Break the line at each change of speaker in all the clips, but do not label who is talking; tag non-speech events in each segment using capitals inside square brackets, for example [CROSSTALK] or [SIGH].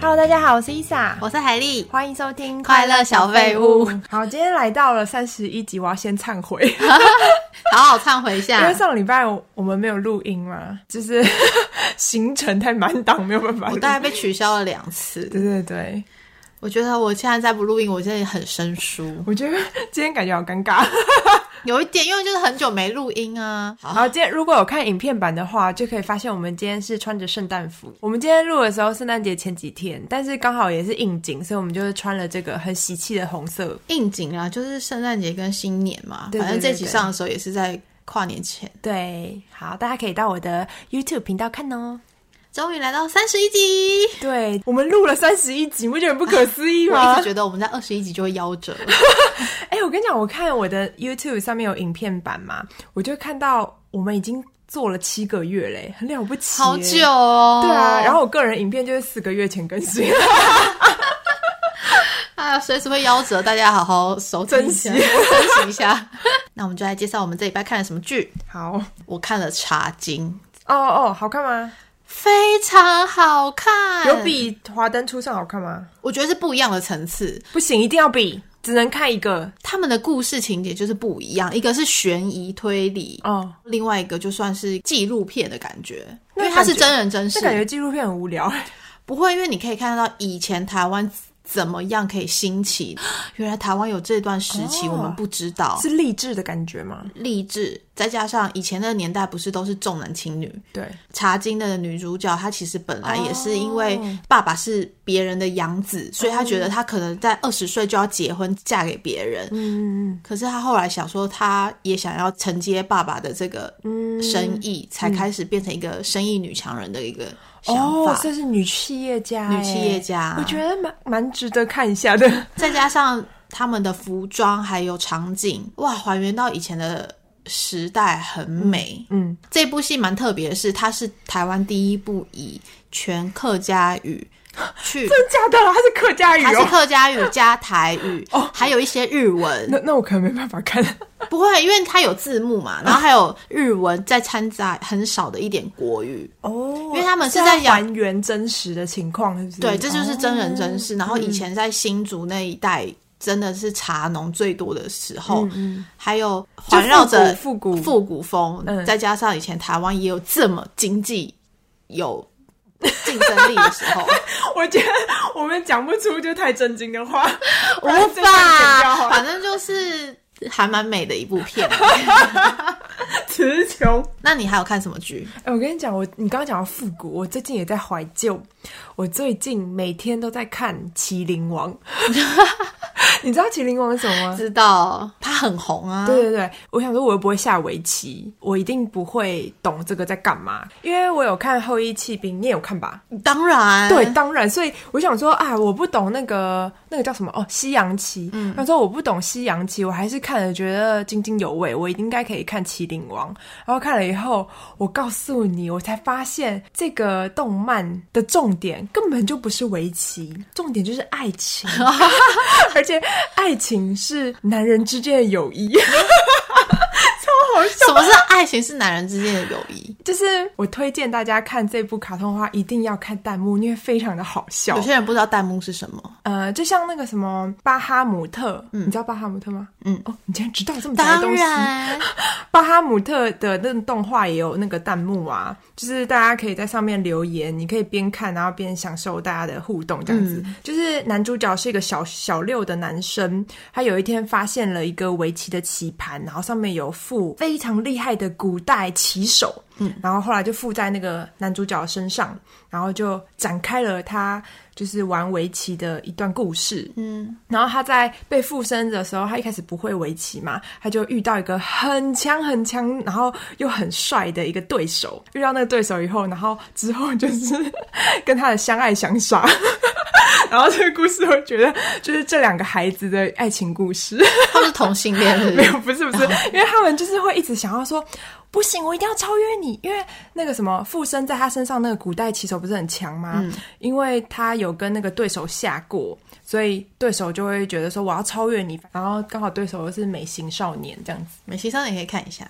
大家好，我是伊莎，
我是海丽。
欢迎收听《
快乐小废物》。
好，今天来到了三十一集，我要先忏
[LAUGHS]
悔，
[LAUGHS] 好好忏悔一
因为
下。
上礼拜我们没有录音嘛，就是 [LAUGHS] 行程太满档，没有办法
我
录。
大概被取消了两次，
对对对，
我觉得我现在再不录音，我真的很生疏，
我觉得今天感觉好尴尬。
有一点，因为就是很久没录音啊。好，
好，今天如果有看影片版的话，就可以发现我们今天是穿着圣诞服。我们今天录的时候，圣诞节前几天，但是刚好也是应景，所以我们就是穿了这个很喜气的红色。
应景啊，就是圣诞节跟新年嘛。
对对
反正这集
对对
上的时候也是在跨年前。
对，好，大家可以到我的 YouTube 频道看哦。
终于来到三十一集，
对我们录了三十一集，你不觉得很不可思议
[LAUGHS] 我一
吗
直？觉得我们在二十一集就会夭折。
哎、我跟你讲，我看我的 YouTube 上面有影片版嘛，我就看到我们已经做了七个月嘞，很了不起耶，
好久哦。
对啊，然后我个人影片就是四个月前更新，
[LAUGHS] 哎呀，随时会夭折，大家好好收听一下
珍
[LAUGHS] 珍惜一下。那我们就来介绍我们这礼拜看了什么剧。
好，哦
我看了《茶经》，
哦，好看吗？
非常好看，
有比《华灯初上》好看吗？
我觉得是不一样的层次。
不行，一定要比，只能看一个
他们的故事情节就是不一样，一个是悬疑推理，
哦。
另外一个就算是纪录片的感觉，因
那
为它是
感觉
真人真
这
事，
感觉纪录片很无聊，
不会，因为你可以看得到以前台湾怎么样可以兴
[GASPS]
起，原来台湾有这段时期
哦
我们不知道。
是励志的感觉吗？
励志，再加上以前的年代不是都是重男轻女，
对，
茶经的女主角，她其实本来也是因为
哦
爸爸是别人的养子，所以她觉得她可能在二十岁就要结婚嫁给别人。
嗯嗯
可是她后来想说，她也想要承接爸爸的这个
嗯
生意，才开始变成一个生意女强人的一个想
哦，
法。
这是女企业家，哎
女企业。家，
我觉得蛮蛮值得看一下的，
再加上他们的服装还有场景，哇，还原到以前的时代很美。
嗯，
这部戏蛮特别的是，它是台湾第一部以全客家语
[LAUGHS]
去，
真假的啦，它是客家语
它是
哦。
客家语加台语， [LAUGHS] 还有一些日文
那，那我可能没办法看，
不会，因为它有字幕嘛，然后还有日文，再掺杂很少的一点国语。
哦，因
为他们是在讲
还原真实的情况，是不哦是？
对，这就是真人真
嗯
事。然后以前在新竹那一带。真的是茶农最多的时候，还有环绕着
嗯复古复古
复古风，
嗯
再加上以前台湾也有这么经济有竞争力的时候，
哦我觉得我们讲不出就太震惊的话， [LAUGHS] 无
无法，反正就是还蛮美的一部片。啊
词穷。
[LAUGHS] 那你还有看什么剧？
哎、我跟你讲，我你刚刚讲到复古，我最近也在怀旧。我最近每天都在看《麒麟
[LAUGHS]
王》，你知道《麒麟王》是什么吗？
知道它很红啊，
对对对，我想说，我又不会下围棋，我一定不会懂这个在干嘛。因为我有看《后羿弃兵》，你也有看吧？
当然
对，当然，所以我想说啊，我不懂那个那个叫什么哦，西洋棋。嗯，他说我不懂西洋棋，我还是看了觉得津津有味，我应该可以看《麒麟王》。然后看了以后，我告诉你，我才发现这个动漫的重点根本就不是围棋，重点就是爱情，而且爱情是男人之间的友谊。
什么是爱情是男人之间的友谊？
就是我推荐大家看这部卡通的话，一定要看弹幕，因为非常的好笑
有。些人不知道弹幕是什么，
呃，就像那个什么巴哈姆特，你知道巴哈姆特吗？
嗯，
哦，你竟然知道这么杂的
当
东西。
然
巴哈姆特的那个动画也有那个弹幕啊，就是大家可以在上面留言，你可以边看然后边享受大家的互动，这样子。就是男主角是一个小小六的男生，他有一天发现了一个围棋的棋盘，然后上面有附非常厉害的古代棋手，嗯，然后后来就附在那个男主角身上，然后就展开了他就是玩围棋的一段故事，嗯，然后他在被附身的时候，他一开始不会围棋嘛，他就遇到一个很强很强，然后又很帅的一个对手，遇到那个对手以后，然后之后就是 [LAUGHS] 跟他的相爱相杀。 [LAUGHS] 然后这个故事，我觉得就是这两个孩子的爱情故事。
他们是同性恋，是不
没
是
有，不是
[LAUGHS]
不是，因为他们就是会一直想要说，不行，我一定要超越你，因为那个什么附身在他身上那个古代骑手不是很强吗？
嗯
因为他有跟那个对手下过，所以对手就会觉得说我要超越你，然后刚好对手又是美型少年这样子。
美西上你可以看一下。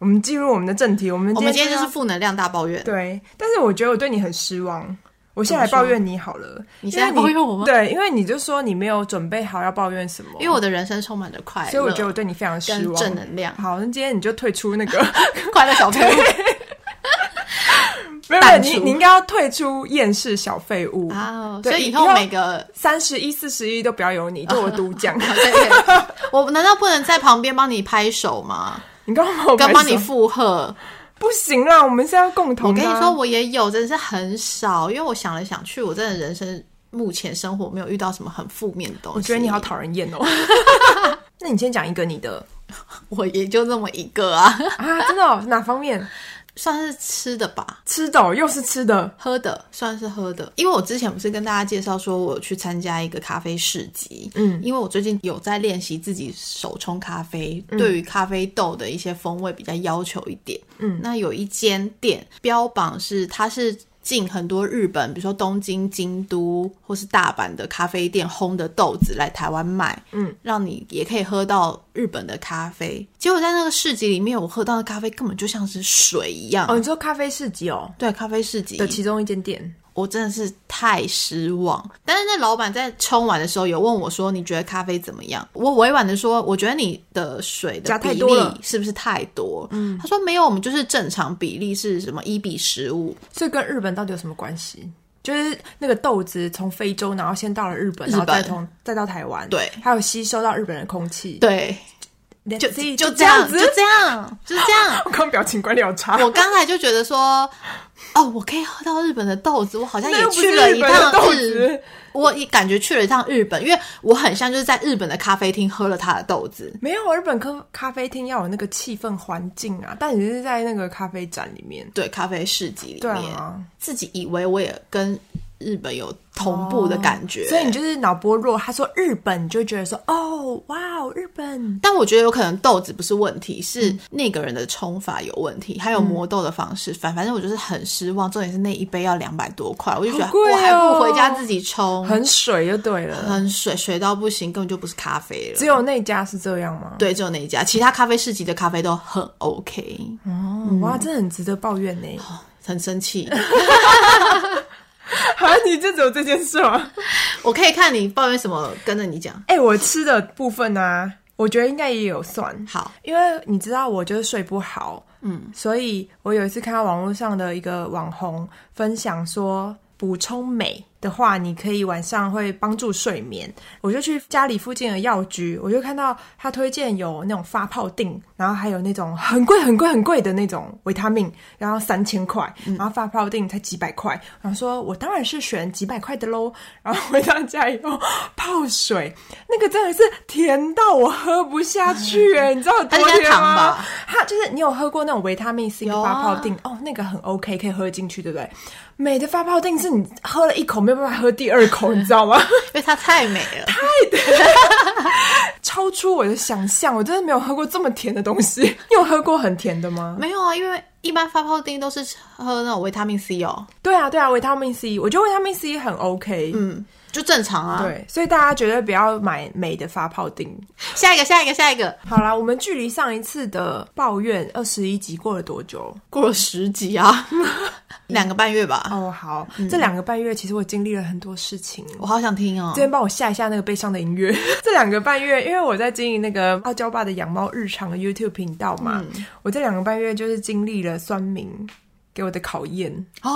我们进入我们的正题，我们
我
今
们
天
今天就
要
是负能量大抱怨，
对，但是我觉得我对你很失望。我我现在来抱怨你好了，因
你现在
为
抱怨我吗
对，因为你就说你没有准备好要抱怨什么，
因为我的人生充满着快乐，
所以我觉得我对你非常失
跟
望。
正能量，
好，那今天你就退出那个，
[LAUGHS] 快乐小朋友。
没有，没有
淡
你
出
你应该要退出厌世小废物
啊，
对
所以以后每个
三十一、四十一都不要有你，就我独
[LAUGHS]
讲。 [LAUGHS]
对，我难道不能在旁边帮你拍手吗？
你干嘛？
跟帮你附和？
不行啦，我们是要共
我
同
跟
的啊。
你说，我也有，真的是很少，因为我想来想去，我真的人生目前生活没有遇到什么很负面的东西。
我觉得你好，讨人厌哦。 [LAUGHS] 那你先讲一个你的
我也就那么一个啊， [LAUGHS]
啊，真的哦、哪方面？
算是吃的吧，
吃的哦、又是吃的，
喝的算是喝的，因为我之前不是跟大家介绍说我去参加一个咖啡市集，嗯，因为我最近有在练习自己手冲咖啡，对于咖啡豆的一些风味比较要求一点，嗯，那有一间店标榜是它是。进很多日本，比如说东京、京都或是大阪的咖啡店烘的豆子来台湾卖，嗯，让你也可以喝到日本的咖啡。结果在那个市集里面，我喝到的咖啡根本就像是水一样。
哦，你说咖啡市集哦
对，咖啡市集
的其中一间店，
我真的是太失望。但是那老板在冲完的时候有问我说：“你觉得咖啡怎么样？”我委婉的说：“我觉得你的水
加
的
太
比
多了
例是不是太多？”嗯，他说：“没有，我们就是正常比例是什么一比十五。
所以跟日本到底有什么关系？就是那个豆子从非洲，然后先到了日本，
日
然
本
后再从再到台湾，
对
还有吸收到日本的空气，”， [LAUGHS]
对，就
就
就
这
这样，
样子
就。这样，就这样。 [LAUGHS]
我刚表情管理好差，
我刚才就觉得说，哦，我可以喝到日本的豆子，我好像
那又
也
不是
去了一
日本的
趟嗯
豆
日，
子，
我也感觉去了一趟日本，因为我很像就是在日本的咖啡厅喝了他的豆子。
没有日本咖咖啡厅要有那个气氛环境啊，但你是在那个咖啡展里面，
对咖啡市集里
对
面，
啊，
自己以为我也跟日本有同步的感觉，
哦所以你就是脑波弱。他说日本，你就觉得说哦哇哦日本，
但我觉得有可能豆子不是问题，是
嗯
那个人的冲法有问题，还有磨豆的方式。反、反正我就是很失望，重点是那一杯要两百多块，我就觉得、
好贵哦
我还不如回家自己冲，
很水就对了。
很水水到不行，根本就不是咖啡了
只。有那家是这样吗？
对，只有那一家，其他咖啡市集的咖啡都很 OK，
哦，
嗯
哇，真的很值得抱怨呢。
很生气。
[LAUGHS]
[LAUGHS]
啊，你就只有这件事
[LAUGHS]
吗？
我可以看你抱怨什么，跟着你讲。
哎、我吃的部分呢、啊，我觉得应该也有算，
好，
因为你知道我就是睡不好，嗯，所以我有一次看到网络上的一个网红分享说，补充镁的话，你可以晚上会帮助睡眠。我就去家里附近的药局，我就看到他推荐有那种发泡锭，然后还有那种很贵很贵很贵的那种维他命，然后三千块，然后发泡锭才几百块，然后说我当然是选几百块的喽。然后回到家以后泡水，那个真的是甜到我喝不下去哎、你知道有多
它是加
甜
糖
吗
吧？
它就是你有喝过那种维他命 C 的
有
发
啊
泡锭、哦，那个很 OK，可以喝进去，对不对？美的发泡锭是你喝了一口没有办法喝第二
[LAUGHS]
口，你知道吗？ [LAUGHS]
因为它太美了。
超出我的想象，我真的没有喝过这么甜的东西。你有喝过很甜的吗？
没有啊，因为一般发泡丁都是喝那种维他命 C 哦，
对啊，对啊，维他命 C，我觉得维他命 C 很 OK。嗯，
嗯，就正常啊。，
对，所以大家绝对不要买美的发泡锭。
下一个，下一个，下一个，
好啦，我们距离上一次的抱怨二十一集过了多久？
过了十集啊， [LAUGHS] 两个半月吧，
哦，好，
嗯
这两个半月其实我经历了很多事情。
我好想听哦
这。边帮我下一下那个悲伤的音乐。 [LAUGHS] 这两个半月，因为我在经营那个傲娇爸的养猫日常的 YouTube 频道嘛，我这两个半月就是经历了酸民给我的考验。
啊，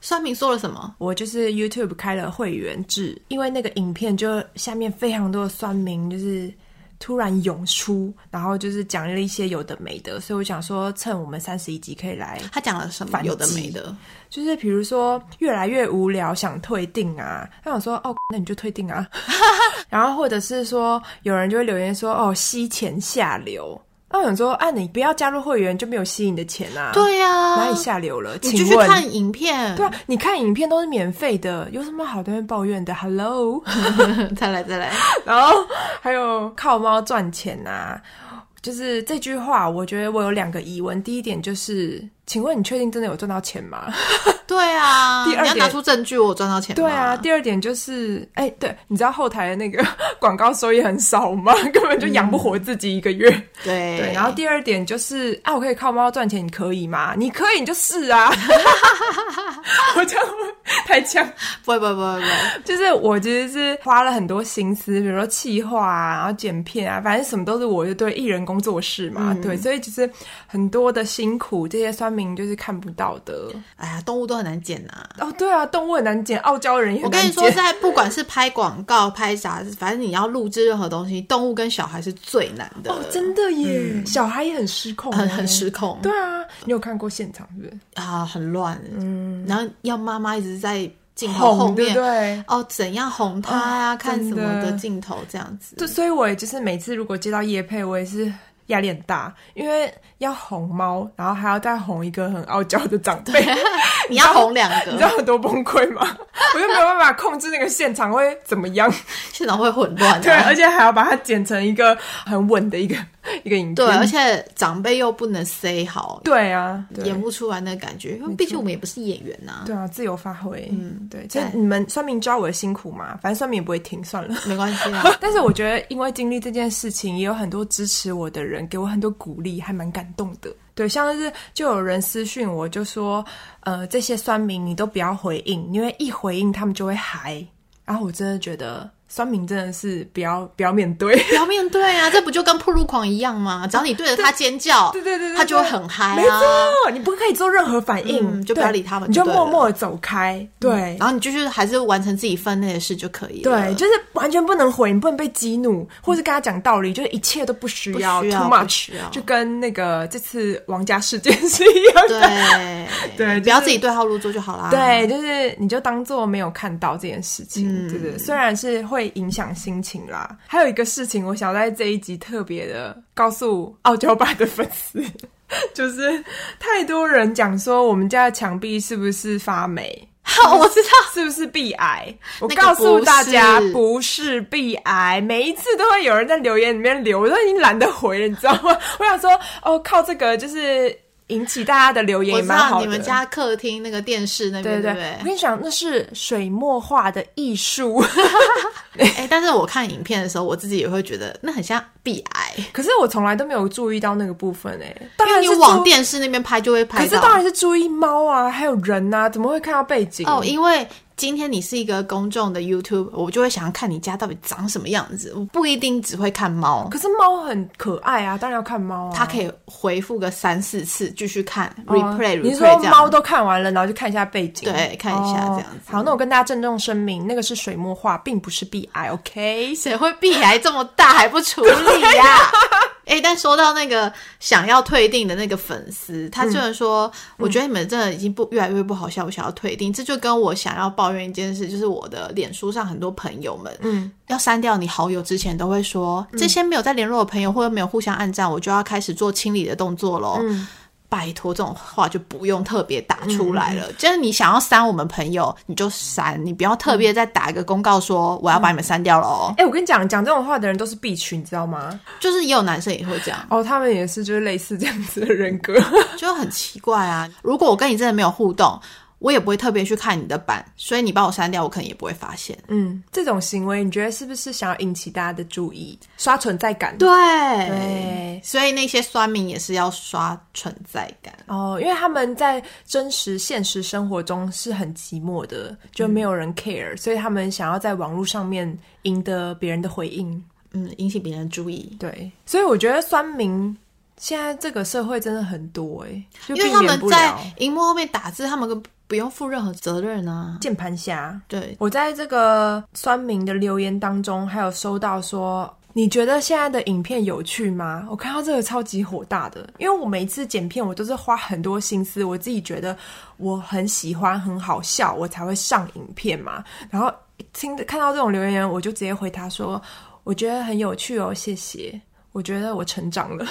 酸明说了什么？
我就是 YouTube 开了会员制，因为那个影片就下面非常多的酸民，就是突然涌出，然后就是讲了一些有的没的，所以我想说，趁我们三十一集可以来
他讲了什么？
反击
有的没的，
就是比如说越来越无聊，想退订啊，他想说哦，那你就退订
[LAUGHS]
啊，然后或者是说有人就会留言说哦，吸钱下流，那我想说啊，你不要加入会员就没有吸你的钱啊，、
对呀、
哪里下流了？
你就
请
去
问。
看影片，
对啊，你看影片都是免费的，有什么好在那边抱怨的？Hello，
[LAUGHS]
[LAUGHS]
再来再来，
然后还有靠猫赚钱啊，就是这句话，我觉得我有两个疑问。第一点就是请问你确定真的有赚到钱吗？
对
[LAUGHS]
啊，
第二
你要
点
拿出证据，我赚到钱吗。
对啊，第二点就是，哎、对，你知道后台的那个 [LAUGHS] 广告收益很少吗？ [LAUGHS] 根本就养不活自己一个月。
对
嗯对，然后第二点就是，啊，我可以靠猫赚钱，你可以吗？你可以，你就是 [LAUGHS] 啊。我这样会不会太呛。
不会不会不会不会，
就是我其实是花了很多心思，比如说企划啊，然后剪片啊，反正什么都是我就对艺人工作室嘛，对，所以其实很多的辛苦，这些酸民就是看不到的。
哎呀，动物都很难捡呐、
哦，对啊，动物很难剪，傲娇人也
我
很
跟
难
你
剪。
说，在不管是拍广告、拍啥，反正你要录制任何东西，动物跟小孩是最难的，
哦，真的耶，小孩也很失控，
嗯很很。失控，
对啊，你有看过现场是不是？
啊，很乱，嗯，然后要妈妈一直在镜头后
哄对不
面，
对？
哦，怎样哄他呀、
啊
看什么
真的
的镜头这样子，
对，所以我也就是每次如果接到叶配，我也是压力很大，因为要哄猫，然后还要再哄一个很傲娇的长辈，
啊
[LAUGHS]
你要哄两
你知道
个，
有多崩溃吗？我就没有办法控制那个现场会怎么
[LAUGHS]
样，
现场会混乱、啊，
[LAUGHS] 对，而且还要把它剪成一个 [LAUGHS] 很稳的一个一个影片，
对，啊而且长辈又不能 say 好，
对啊，对
演不出来那个感觉，因为毕竟我们也不是演员呐、
对啊，自由发挥，嗯，对，其实
对
你们算命知道我的辛苦嘛，反正算命也不会听，算了。。
没关系啊 [LAUGHS]
但是我觉得，因为经历这件事情，也有很多支持我的人，给我很多鼓励，还蛮感动的。对，像是就有人私讯我，就说，呃，这些酸民你都不要回应，因为一回应他们就会嗨。然后我真的觉得，酸民真的是不要 [LAUGHS] 不要面对。
不要面对啊，这不就跟铺路狂一样吗？只要你对着他尖叫，
对对对对
他就会很嗨
没
啊。
错，你不可以做任何反应，
嗯就不要
对
理他们
你
就
就
对
默
了嗯
默的走开。对，
然后你就是还是完成自己分内的事就可以了。
对，就是完全不能回，你不能被激怒，或是跟他讲道理，就是一切都不需要
不需要
t o o
不
much，
需要
就跟那个这次王家事件是一样的。
对
[LAUGHS] 对
不要
就是
自己对号入座就好啦。
对，就是你就当做没有看到这件事情，
嗯
对不对？虽然是会影响心情啦。还有一个事情，我想在这一集特别的告诉傲娇爸的粉丝， [LAUGHS] 就是太多人讲说我们家的墙壁是不是发霉，
[LAUGHS] 我知道，
是不是壁癌？我
那个
告诉大家，
不是
不是壁癌。每一次都会有人在留言里面留，我都已经懒得回了，你知道吗？我想说，哦，靠这个就是引起大家的留言
我
也
知
蛮好
道
的。
你们家客厅那个电视那
对
边，
对
不
对，我跟你讲，那是水墨画的艺术。 [LAUGHS]
对？哎、但是我看影片的时候，我自己也会觉得那很像壁癌，
可是我从来都没有注意到那个部分哎、 [LAUGHS] 当
因为
然
你
是
往
注，
电视那边拍就会
可
拍
是
到。
当然是注意猫啊，还有人啊，怎么会看到背景？
哦，因为今天你是一个公众的 YouTube，我就会想要看你家到底长什么样子。我不一定只会看猫，
可是猫很可爱啊，当然要看猫啊。
它可以回复个三四次，继续看 replay、
哦
replay
你是
这
说
样。
猫都看完了，然后就看一下背景，
对看一下这样子
哦好，那我跟大家郑重声明，那个是水墨画，并不是 B I O
[LAUGHS]
K。
谁会壁癌这么大还不处理呀、 [LAUGHS] 哎、但说到那个想要退订的那个粉丝，他居然说：“我觉得你们真的已经不越来越不好笑，我想要退订。”这就跟我想要抱怨一件事，就是我的脸书上很多朋友们，嗯，要删掉你好友之前都会说，这些没有在联络的朋友或者没有互相暗赞，我就要开始做清理的动作喽。拜托，这种话就不用特别打出来了。就是你想要删我们朋友，你就删，你不要特别再打一个公告说我要把你们删掉了哦。
哎、我跟你讲，讲这种话的人都是 B 群，你知道吗？
就是也有男生也会这样，
哦，他们也是就是类似这样子的人格。
就很奇怪啊。如果我跟你真的没有互动，我也不会特别去看你的版，所以你把我删掉，我可能也不会发现。
嗯，这种行为你觉得是不是想要引起大家的注意，刷存在感？
对，
对
所以那些酸民也是要刷存在感。
哦，因为他们在真实现实生活中是很寂寞的，就
嗯
没有人 care，、所以他们想要在网络上面赢得别人的回应。
嗯，引起别人注意，
对，所以我觉得酸民现在这个社会真的很多哎、就
因
避
为他
免
们
不
在
了
荧幕后面打字，他们都不用负任何责任啊。
键盘侠。
对，
我在这个酸民的留言当中，还有收到说。你觉得现在的影片有趣吗？我看到这个超级火大的，因为我每一次剪片，我都是花很多心思，我自己觉得我很喜欢、很好笑，我才会上影片嘛。然后听看到这种留言，我就直接回他说：“我觉得很有趣哦，谢谢。”我觉得我成长了，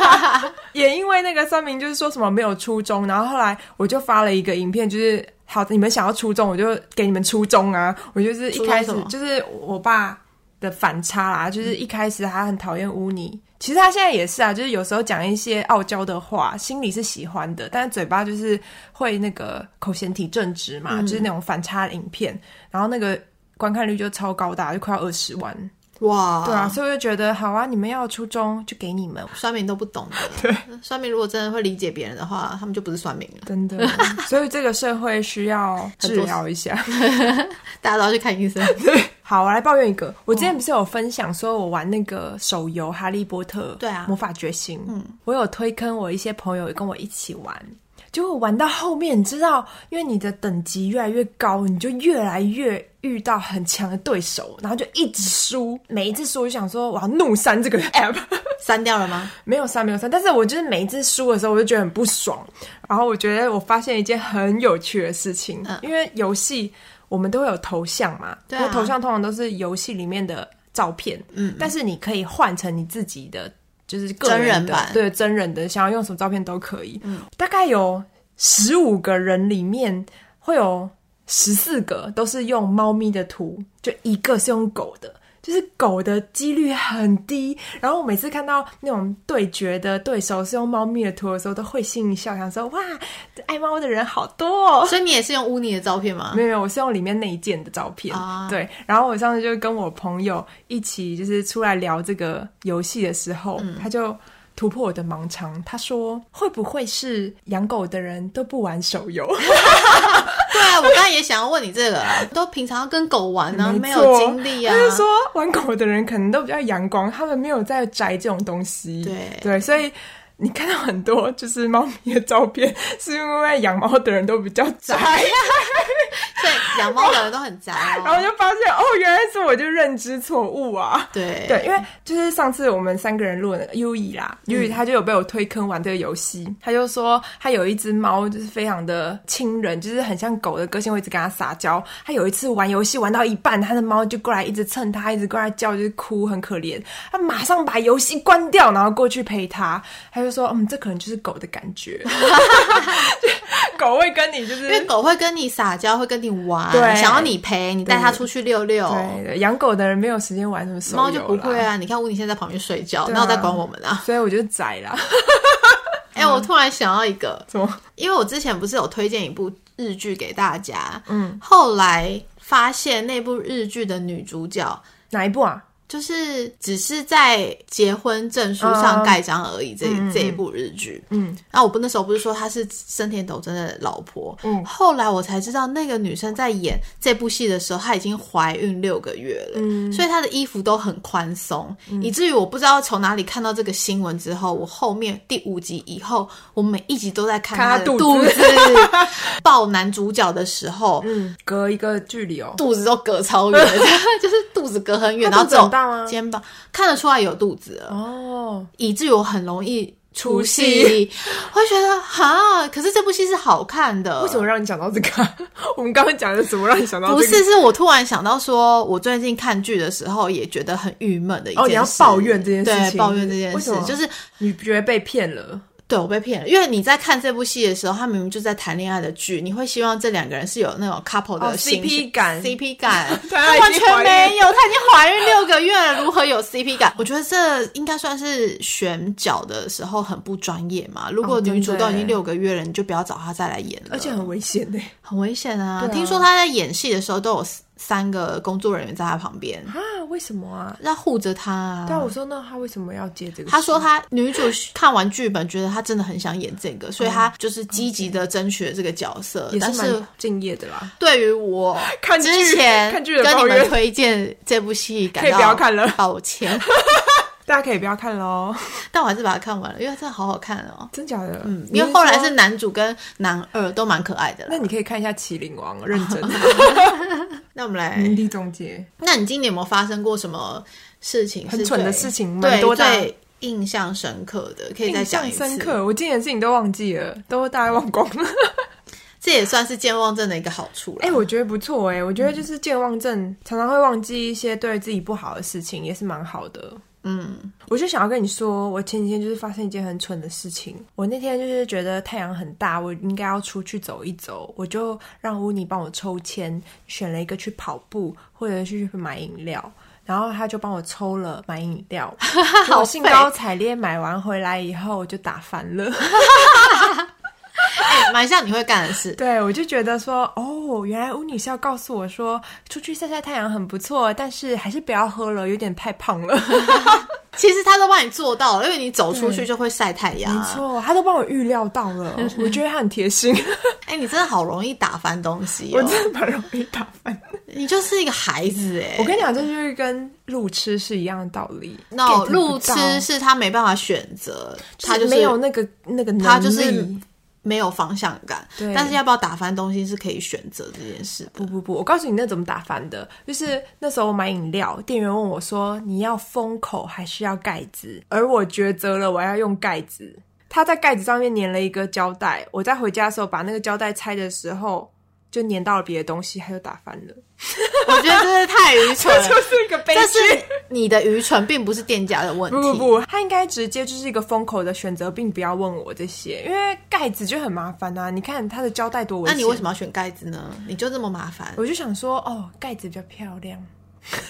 [LAUGHS] 也因为那个三明就是说什么没有初衷，然后后来我就发了一个影片，就是好，你们想要初衷，我就给你们初衷啊。我就是一开始
初衷什么
就是我爸的反差啦，就是一开始他很讨厌污泥，其实他现在也是啊，就是有时候讲一些傲娇的话，心里是喜欢的，但是嘴巴就是会那个口嫌体正直嘛，就是那种反差的影片，然后那个观看率就超高大，就快要二十万。
哇，
对啊，，所以我就觉得好啊，你们要初中就给你们，
酸民都不懂的。对，酸民如果真的会理解别人的话，他们就不是酸民了。
[LAUGHS] 真的。所以这个社会需要治疗一下。
大家都要去看医生。
[LAUGHS] 好，我来抱怨一个，
哦
我之前不是有分享说我玩那个手游《哈利波特》
对啊
魔法觉醒，嗯，我有推坑我一些朋友跟我一起玩。结果玩到后面，你知道，因为你的等级越来越高，你就越来越遇到很强的对手，然后就一直
嗯
输。每一次输，我就想说我要怒删这个 [LAUGHS] app。
删掉了吗？
[LAUGHS] 没有删，没有删，但是我就是每一次输的时候，我就觉得很不爽。然后我觉得我发现一件很有趣的事情，因为游戏我们都会有头像嘛，
嗯对啊
我头像通常都是游戏里面的照片，嗯，但是你可以换成你自己的，就是个
真人
的
版
对真人的，想要用什么照片都可以。大概有十五个人里面会有十四个都是用猫咪的图，就一个是用狗的，就是狗的几率很低。然后我每次看到那种对决的对手是用猫咪的图的时候，都会心一笑，想说哇，爱猫的人好多、哦。
所以你也是用污泥的照片吗？
没有，没有，我是用里面那一件的照片。
啊
对，然后我上次就跟我朋友一起，就是出来聊这个游戏的时候，
嗯
他就突破我的盲肠，他说：“会不会是养狗的人都不玩手游？”
对啊， [LAUGHS] 我刚才也想要问你这个啊，都平常要跟狗
[LAUGHS]
玩呢、啊，没
错
有精力啊
他。就说玩狗的人可能都比较阳光，他们没有在宅这种东西。
对
对，所以你看到很多就是猫咪的照片，是因为养猫的人都比较
[LAUGHS]
宅，
[LAUGHS] 所以养猫的人都很宅
哎然后
哦。
就发现哦，原来是我就认知错误啊。
对
对，因为就是上次我们三个人录的优以啦，
嗯
优以他就有被我推坑玩这个游戏，他就说他有一只猫就是非常的亲人，就是很像狗的个性，会一直跟他撒娇。他有一次玩游戏玩到一半，他的猫就过来一直蹭他，一直过来叫，就是哭，很可怜。他马上把游戏关掉，然后过去陪他。 [LAUGHS] 他就说，嗯，这可能就是狗的感觉，就狗会跟你就
因为
是。
狗会跟你撒娇，会跟你玩，
对
想要你陪，你带它出去溜溜。
对，养狗的人没有时间玩什么手游
猫
啦
就不会，啊！你看乌尼现在在旁边睡觉，
对啊嗯
哪有在管我们啊？
所以我就宰啦。
哎、我突然想到一个，
怎么？
因为我之前不是有推荐一部日剧给大家，嗯，后来发现那部日剧的女主角
哪一部啊？
就是只是在结婚证书上盖章而已。这、这一部日剧，嗯，那、我不那时候不是说她是森田斗真的老婆，嗯，后来我才知道那个女生在演这部戏的时候，她已经怀孕六个月了，嗯，所以她的衣服都很宽松，以至于我不知道从哪里看到这个新闻之后，我后面第五集以后，我每一集都在看
看她
她的
肚
肚
子
子 [LAUGHS] 抱男主角的时候，
嗯，隔一个距离哦。
肚子都隔超远，
[LAUGHS]
就是肚子隔很远，然
他
后
肚子
只有
很大吗
肩膀看得出来有肚子了，
哦，
以至于我很容易出
出
戏， [LAUGHS] 我会觉得哈，可是这部戏是好看的，
为什么？让你讲到这个 [LAUGHS] 啊？我们刚刚讲的怎么让你想到这个？
不是，是我突然想到说，我最近看剧的时候也觉得很郁闷的一件
哦
事。
你要抱怨这件事情
对，抱怨这件
为
事
什，么
就是
你觉得被骗了？
对我被骗了，因为你在看这部戏的时候，他明明就在谈恋爱的剧，你会希望这两个人是有那种 couple
哦
的
，CP
形象
感
，CP 感，
对 [LAUGHS]
他
他
完
已经怀
全
孕
没有，他已经怀孕六个月了，如何有 CP 感？我觉得这应该算是选角的时候很不专业嘛。如果
哦真的
女主都已
耶
经六个月了，你就不要找她再来演了，
而且很危险呢。
很危险啊！
对啊
听说她在演戏的时候都有三个工作人员在她旁边，
啊，为什么啊？
在护着她啊。
对啊，我说那他为什么要接这个？
嗯他说，他女主看完剧本，觉得她真的很想演这个，所以她就是积极的争取了这个角色。
哦也
但
是
是
蛮敬业的啦。
对于我
看剧
之前
看剧的
跟你
抱
们
怨，
推荐这部戏，感
可以
到
不要看了
抱
[LAUGHS]
歉。[LAUGHS]
大家可以不要看喽，
但我还是把它看完了，因为真的好好看哦。
真假的？
嗯
嗯，
因为后来是，男主跟男二都蛮可爱的
那
啦。
你可以看一下《麒麟王》，认真。
[LAUGHS] 那我们来，
名利总结，
那你今年有没有发生过什么事情是
很
最？
蠢的事情蛮
对，
多的啊
最印象深刻的，可以再
印
讲
象
一
深
次。
刻。我今年的事情都忘记了，都大概忘光了。
这也算是健忘症的一个好处了。
哎、我觉得不错哎、我觉得就是健忘症、常常会忘记一些对自己不好的事情，也是蛮好的。嗯，我就想要跟你说，我前几天就是发生一件很蠢的事情。我那天就是觉得太阳很大，我应该要出去走一走，我就让乌尼帮我抽签，选了一个去跑步或者是去买饮料。然然后他就帮我抽了买饮料，我兴高采烈买完回来以后我就打翻了。
哎、蛮像你会干的事。
对，我就觉得说，哦，原来巫女是要告诉我说，出去晒晒太阳很不错，但是还是不要喝了，有点太胖 [LAUGHS] 了。
其实他都帮你做到了，因为你走出去就会晒太阳、
没
啊。
错，他都帮我预料到 [LAUGHS] 了，我觉得他很贴 [LAUGHS] 心，
哎、你真的好容易打翻东西、
我
哦，
真的蛮容易打翻。
你就是一个孩子哎、
我跟你讲，这就是跟路痴是一样的道理。
那
get 不
路痴
到
是他没办法选择，他就是
没有那个那个能力，
他就是没有方向感。
对
但是要不要打翻东西是可以选择这件事的
不。不不，我告诉你那怎么打翻的，就是那时候我买饮料，店员问我说你要封口还是要盖子，而我抉择了我要用盖子。他在盖子上面粘了一个胶带，我在回家的时候把那个胶带拆的时候，就粘到了别的东西，他就打翻了，
我觉得真是太愚蠢
[LAUGHS] 就
了。
是一个悲
但
剧
是。你的愚蠢并不是店家的问题。
不不不，他应该直接就是一个封口的选择，并不要问我这些，因为盖子就很麻烦啊呐、你看它的胶带多危
那
险。啊
你为什么要选盖子呢？你就这么麻烦？
我就想说，哦，盖子比较漂亮。 [LAUGHS]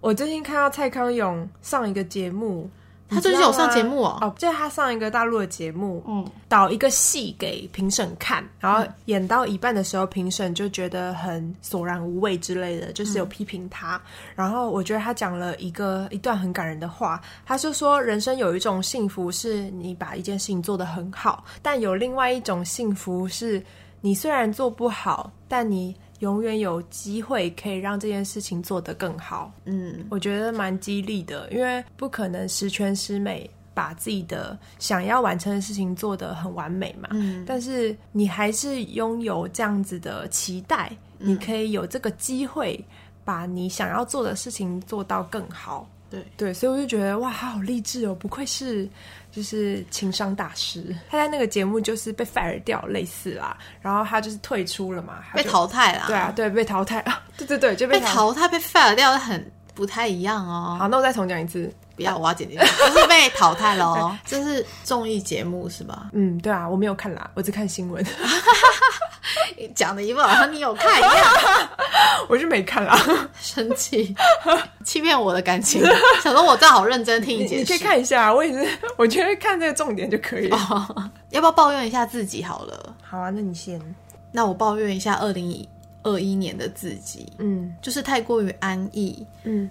我最近看到蔡康永上一个节目，
他最近有上节目
哦
哦，
哦，就是他上一个大陆的节目，
嗯，
导一个戏给评审看，然后演到一半的时候，评审就觉得很索然无味之类的，就是有批评他。然后我觉得他讲了一个一段很感人的话，他就说人生有一种幸福是你把一件事情做得很好，但有另外一种幸福是你虽然做不好，但你永远有机会可以让这件事情做得更好。
嗯，
我觉得蛮激励的，因为不可能十全十美，把自己的想要完成的事情做得很完美嘛。
嗯，
但是你还是拥有这样子的期待，
嗯
你可以有这个机会把你想要做的事情做到更好。
对
对，所以我就觉得哇，他好励志哦，不愧是就是情商大师。他在那个节目就是被 fire 掉，类似啦，然后他就是退出了嘛，他
被
就
淘汰啦。
对啊，，对被淘汰啊，对对对，就被
被
淘汰。
淘汰被 fire 掉的很不太一样哦。
好，那我再重讲一次。
不要，我要剪掉， [LAUGHS] 就是被淘汰
[LAUGHS]
了哦。这是综艺节目是吧？
嗯，对啊，我没有看啦，我只看新闻， [LAUGHS]
讲的一副好像你有看一样，
我是没看啦。
[LAUGHS] 生气，欺骗我的感
[LAUGHS]
情。想说我正好认真听
你
一
你
件
可以
事，
看一下，啊我也是，我觉得看这个重点就可以了。
[LAUGHS] 要不要抱怨一下自己好了？
哦好啊，那你先。
那我抱怨一下二零二一年的自己，
嗯
就是太过于安逸，
嗯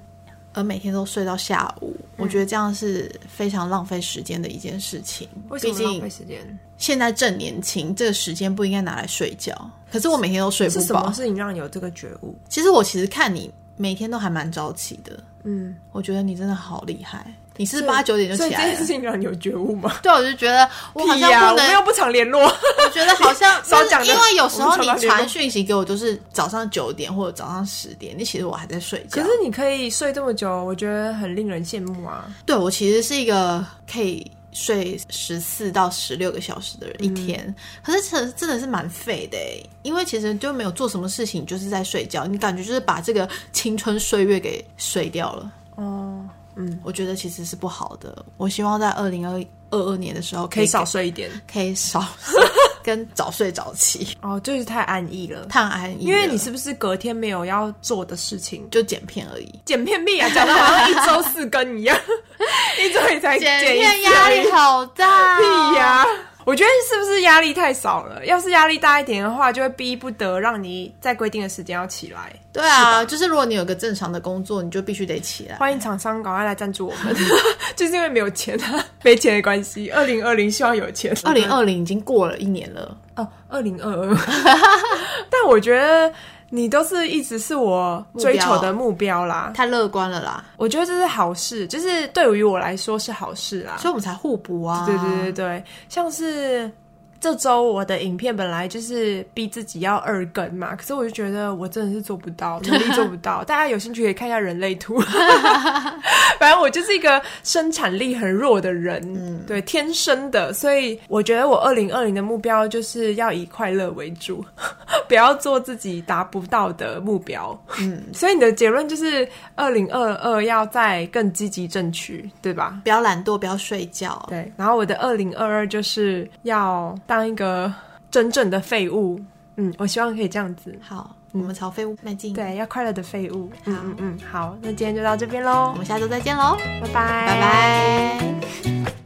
而每天都睡到下午，我觉得这样是非常浪费时间的一件事情。
为什
毕
么浪费
竟
时间？
现在正年轻，这个时间不应该拿来睡觉。可是我每天都睡
是
不
什么
饱。
事情让你有这个觉悟？
其实我其实看你每天都还蛮早起的，
嗯，
我觉得你真的好厉害。你是不是八九点就
所以
起
这
来
件事
了？
情让你有觉悟吗？
对，我就觉得我好
屁
像
呀，
不
我们
能，
又不常联络。 [LAUGHS]
我觉得好像
少讲
因
的
为有时候
我们
你
常常联络
传讯息给我都是早上九点或者早上十点，那其实我还在睡觉。
可是你可以睡这么久，我觉得很令人羡慕啊。
对我其实是一个可以睡十四到十六个小时的人
嗯
一天，可是真的真的是蛮废的欸因为其实就没有做什么事情，就是在睡觉，你感觉就是把这个青春岁月给睡掉了。
哦，嗯，
我觉得其实是不好的。我希望在二零二二二年的时候
可以少睡一点。
可以
[LAUGHS]
少跟早睡早起，
哦，就是太安逸了。
太安逸
因
了，
为你是不是隔天没有要做的事情？
就剪片而已。
剪片币啊，讲的好像一周四更一
[LAUGHS]
样，一周你才
剪
一
片
次
压
而已
力好大、
屁呀、我觉得是不是压力太少了？要是压力大一点的话，就会逼不得让你在规定的时间要起来。
对啊，就是如果你有个正常的工作，你就必须得起来。
欢迎厂商赶快来赞助我
[LAUGHS]
们，就是因为没有钱啊，没钱的关系。二零二零希望有钱，
二零二零已经过了一年了，
哦，二零二二。 [LAUGHS] 但我觉得你都是一直是我追求的目标啦，
太乐观了啦，
我觉得这是好事，就是对于我来说是好事啦。
所以我们才互补啊。
对对对对，像是这周我的影片本来就是逼自己要二更嘛，可是我就觉得我真的是做不到，努力做不到。大家有兴趣可以看一下人类图，反正我就是一个生产力很弱的人，对，天生的。所以我觉得我二零二零的目标就是要以快乐为主， [LAUGHS] 不要做自己达不到的目标。嗯，所以你的结论就是二零二二要再更积极争取，对吧？
不要懒惰，不要睡觉。
对，然后我的二零二二就是要当一个真正的废物，嗯，我希望可以这样子。
好，我们朝废物迈进。，
对，要快乐的废物。嗯嗯嗯，好，那今天就到这边喽
我，们下周再见喽，
拜拜，
拜拜。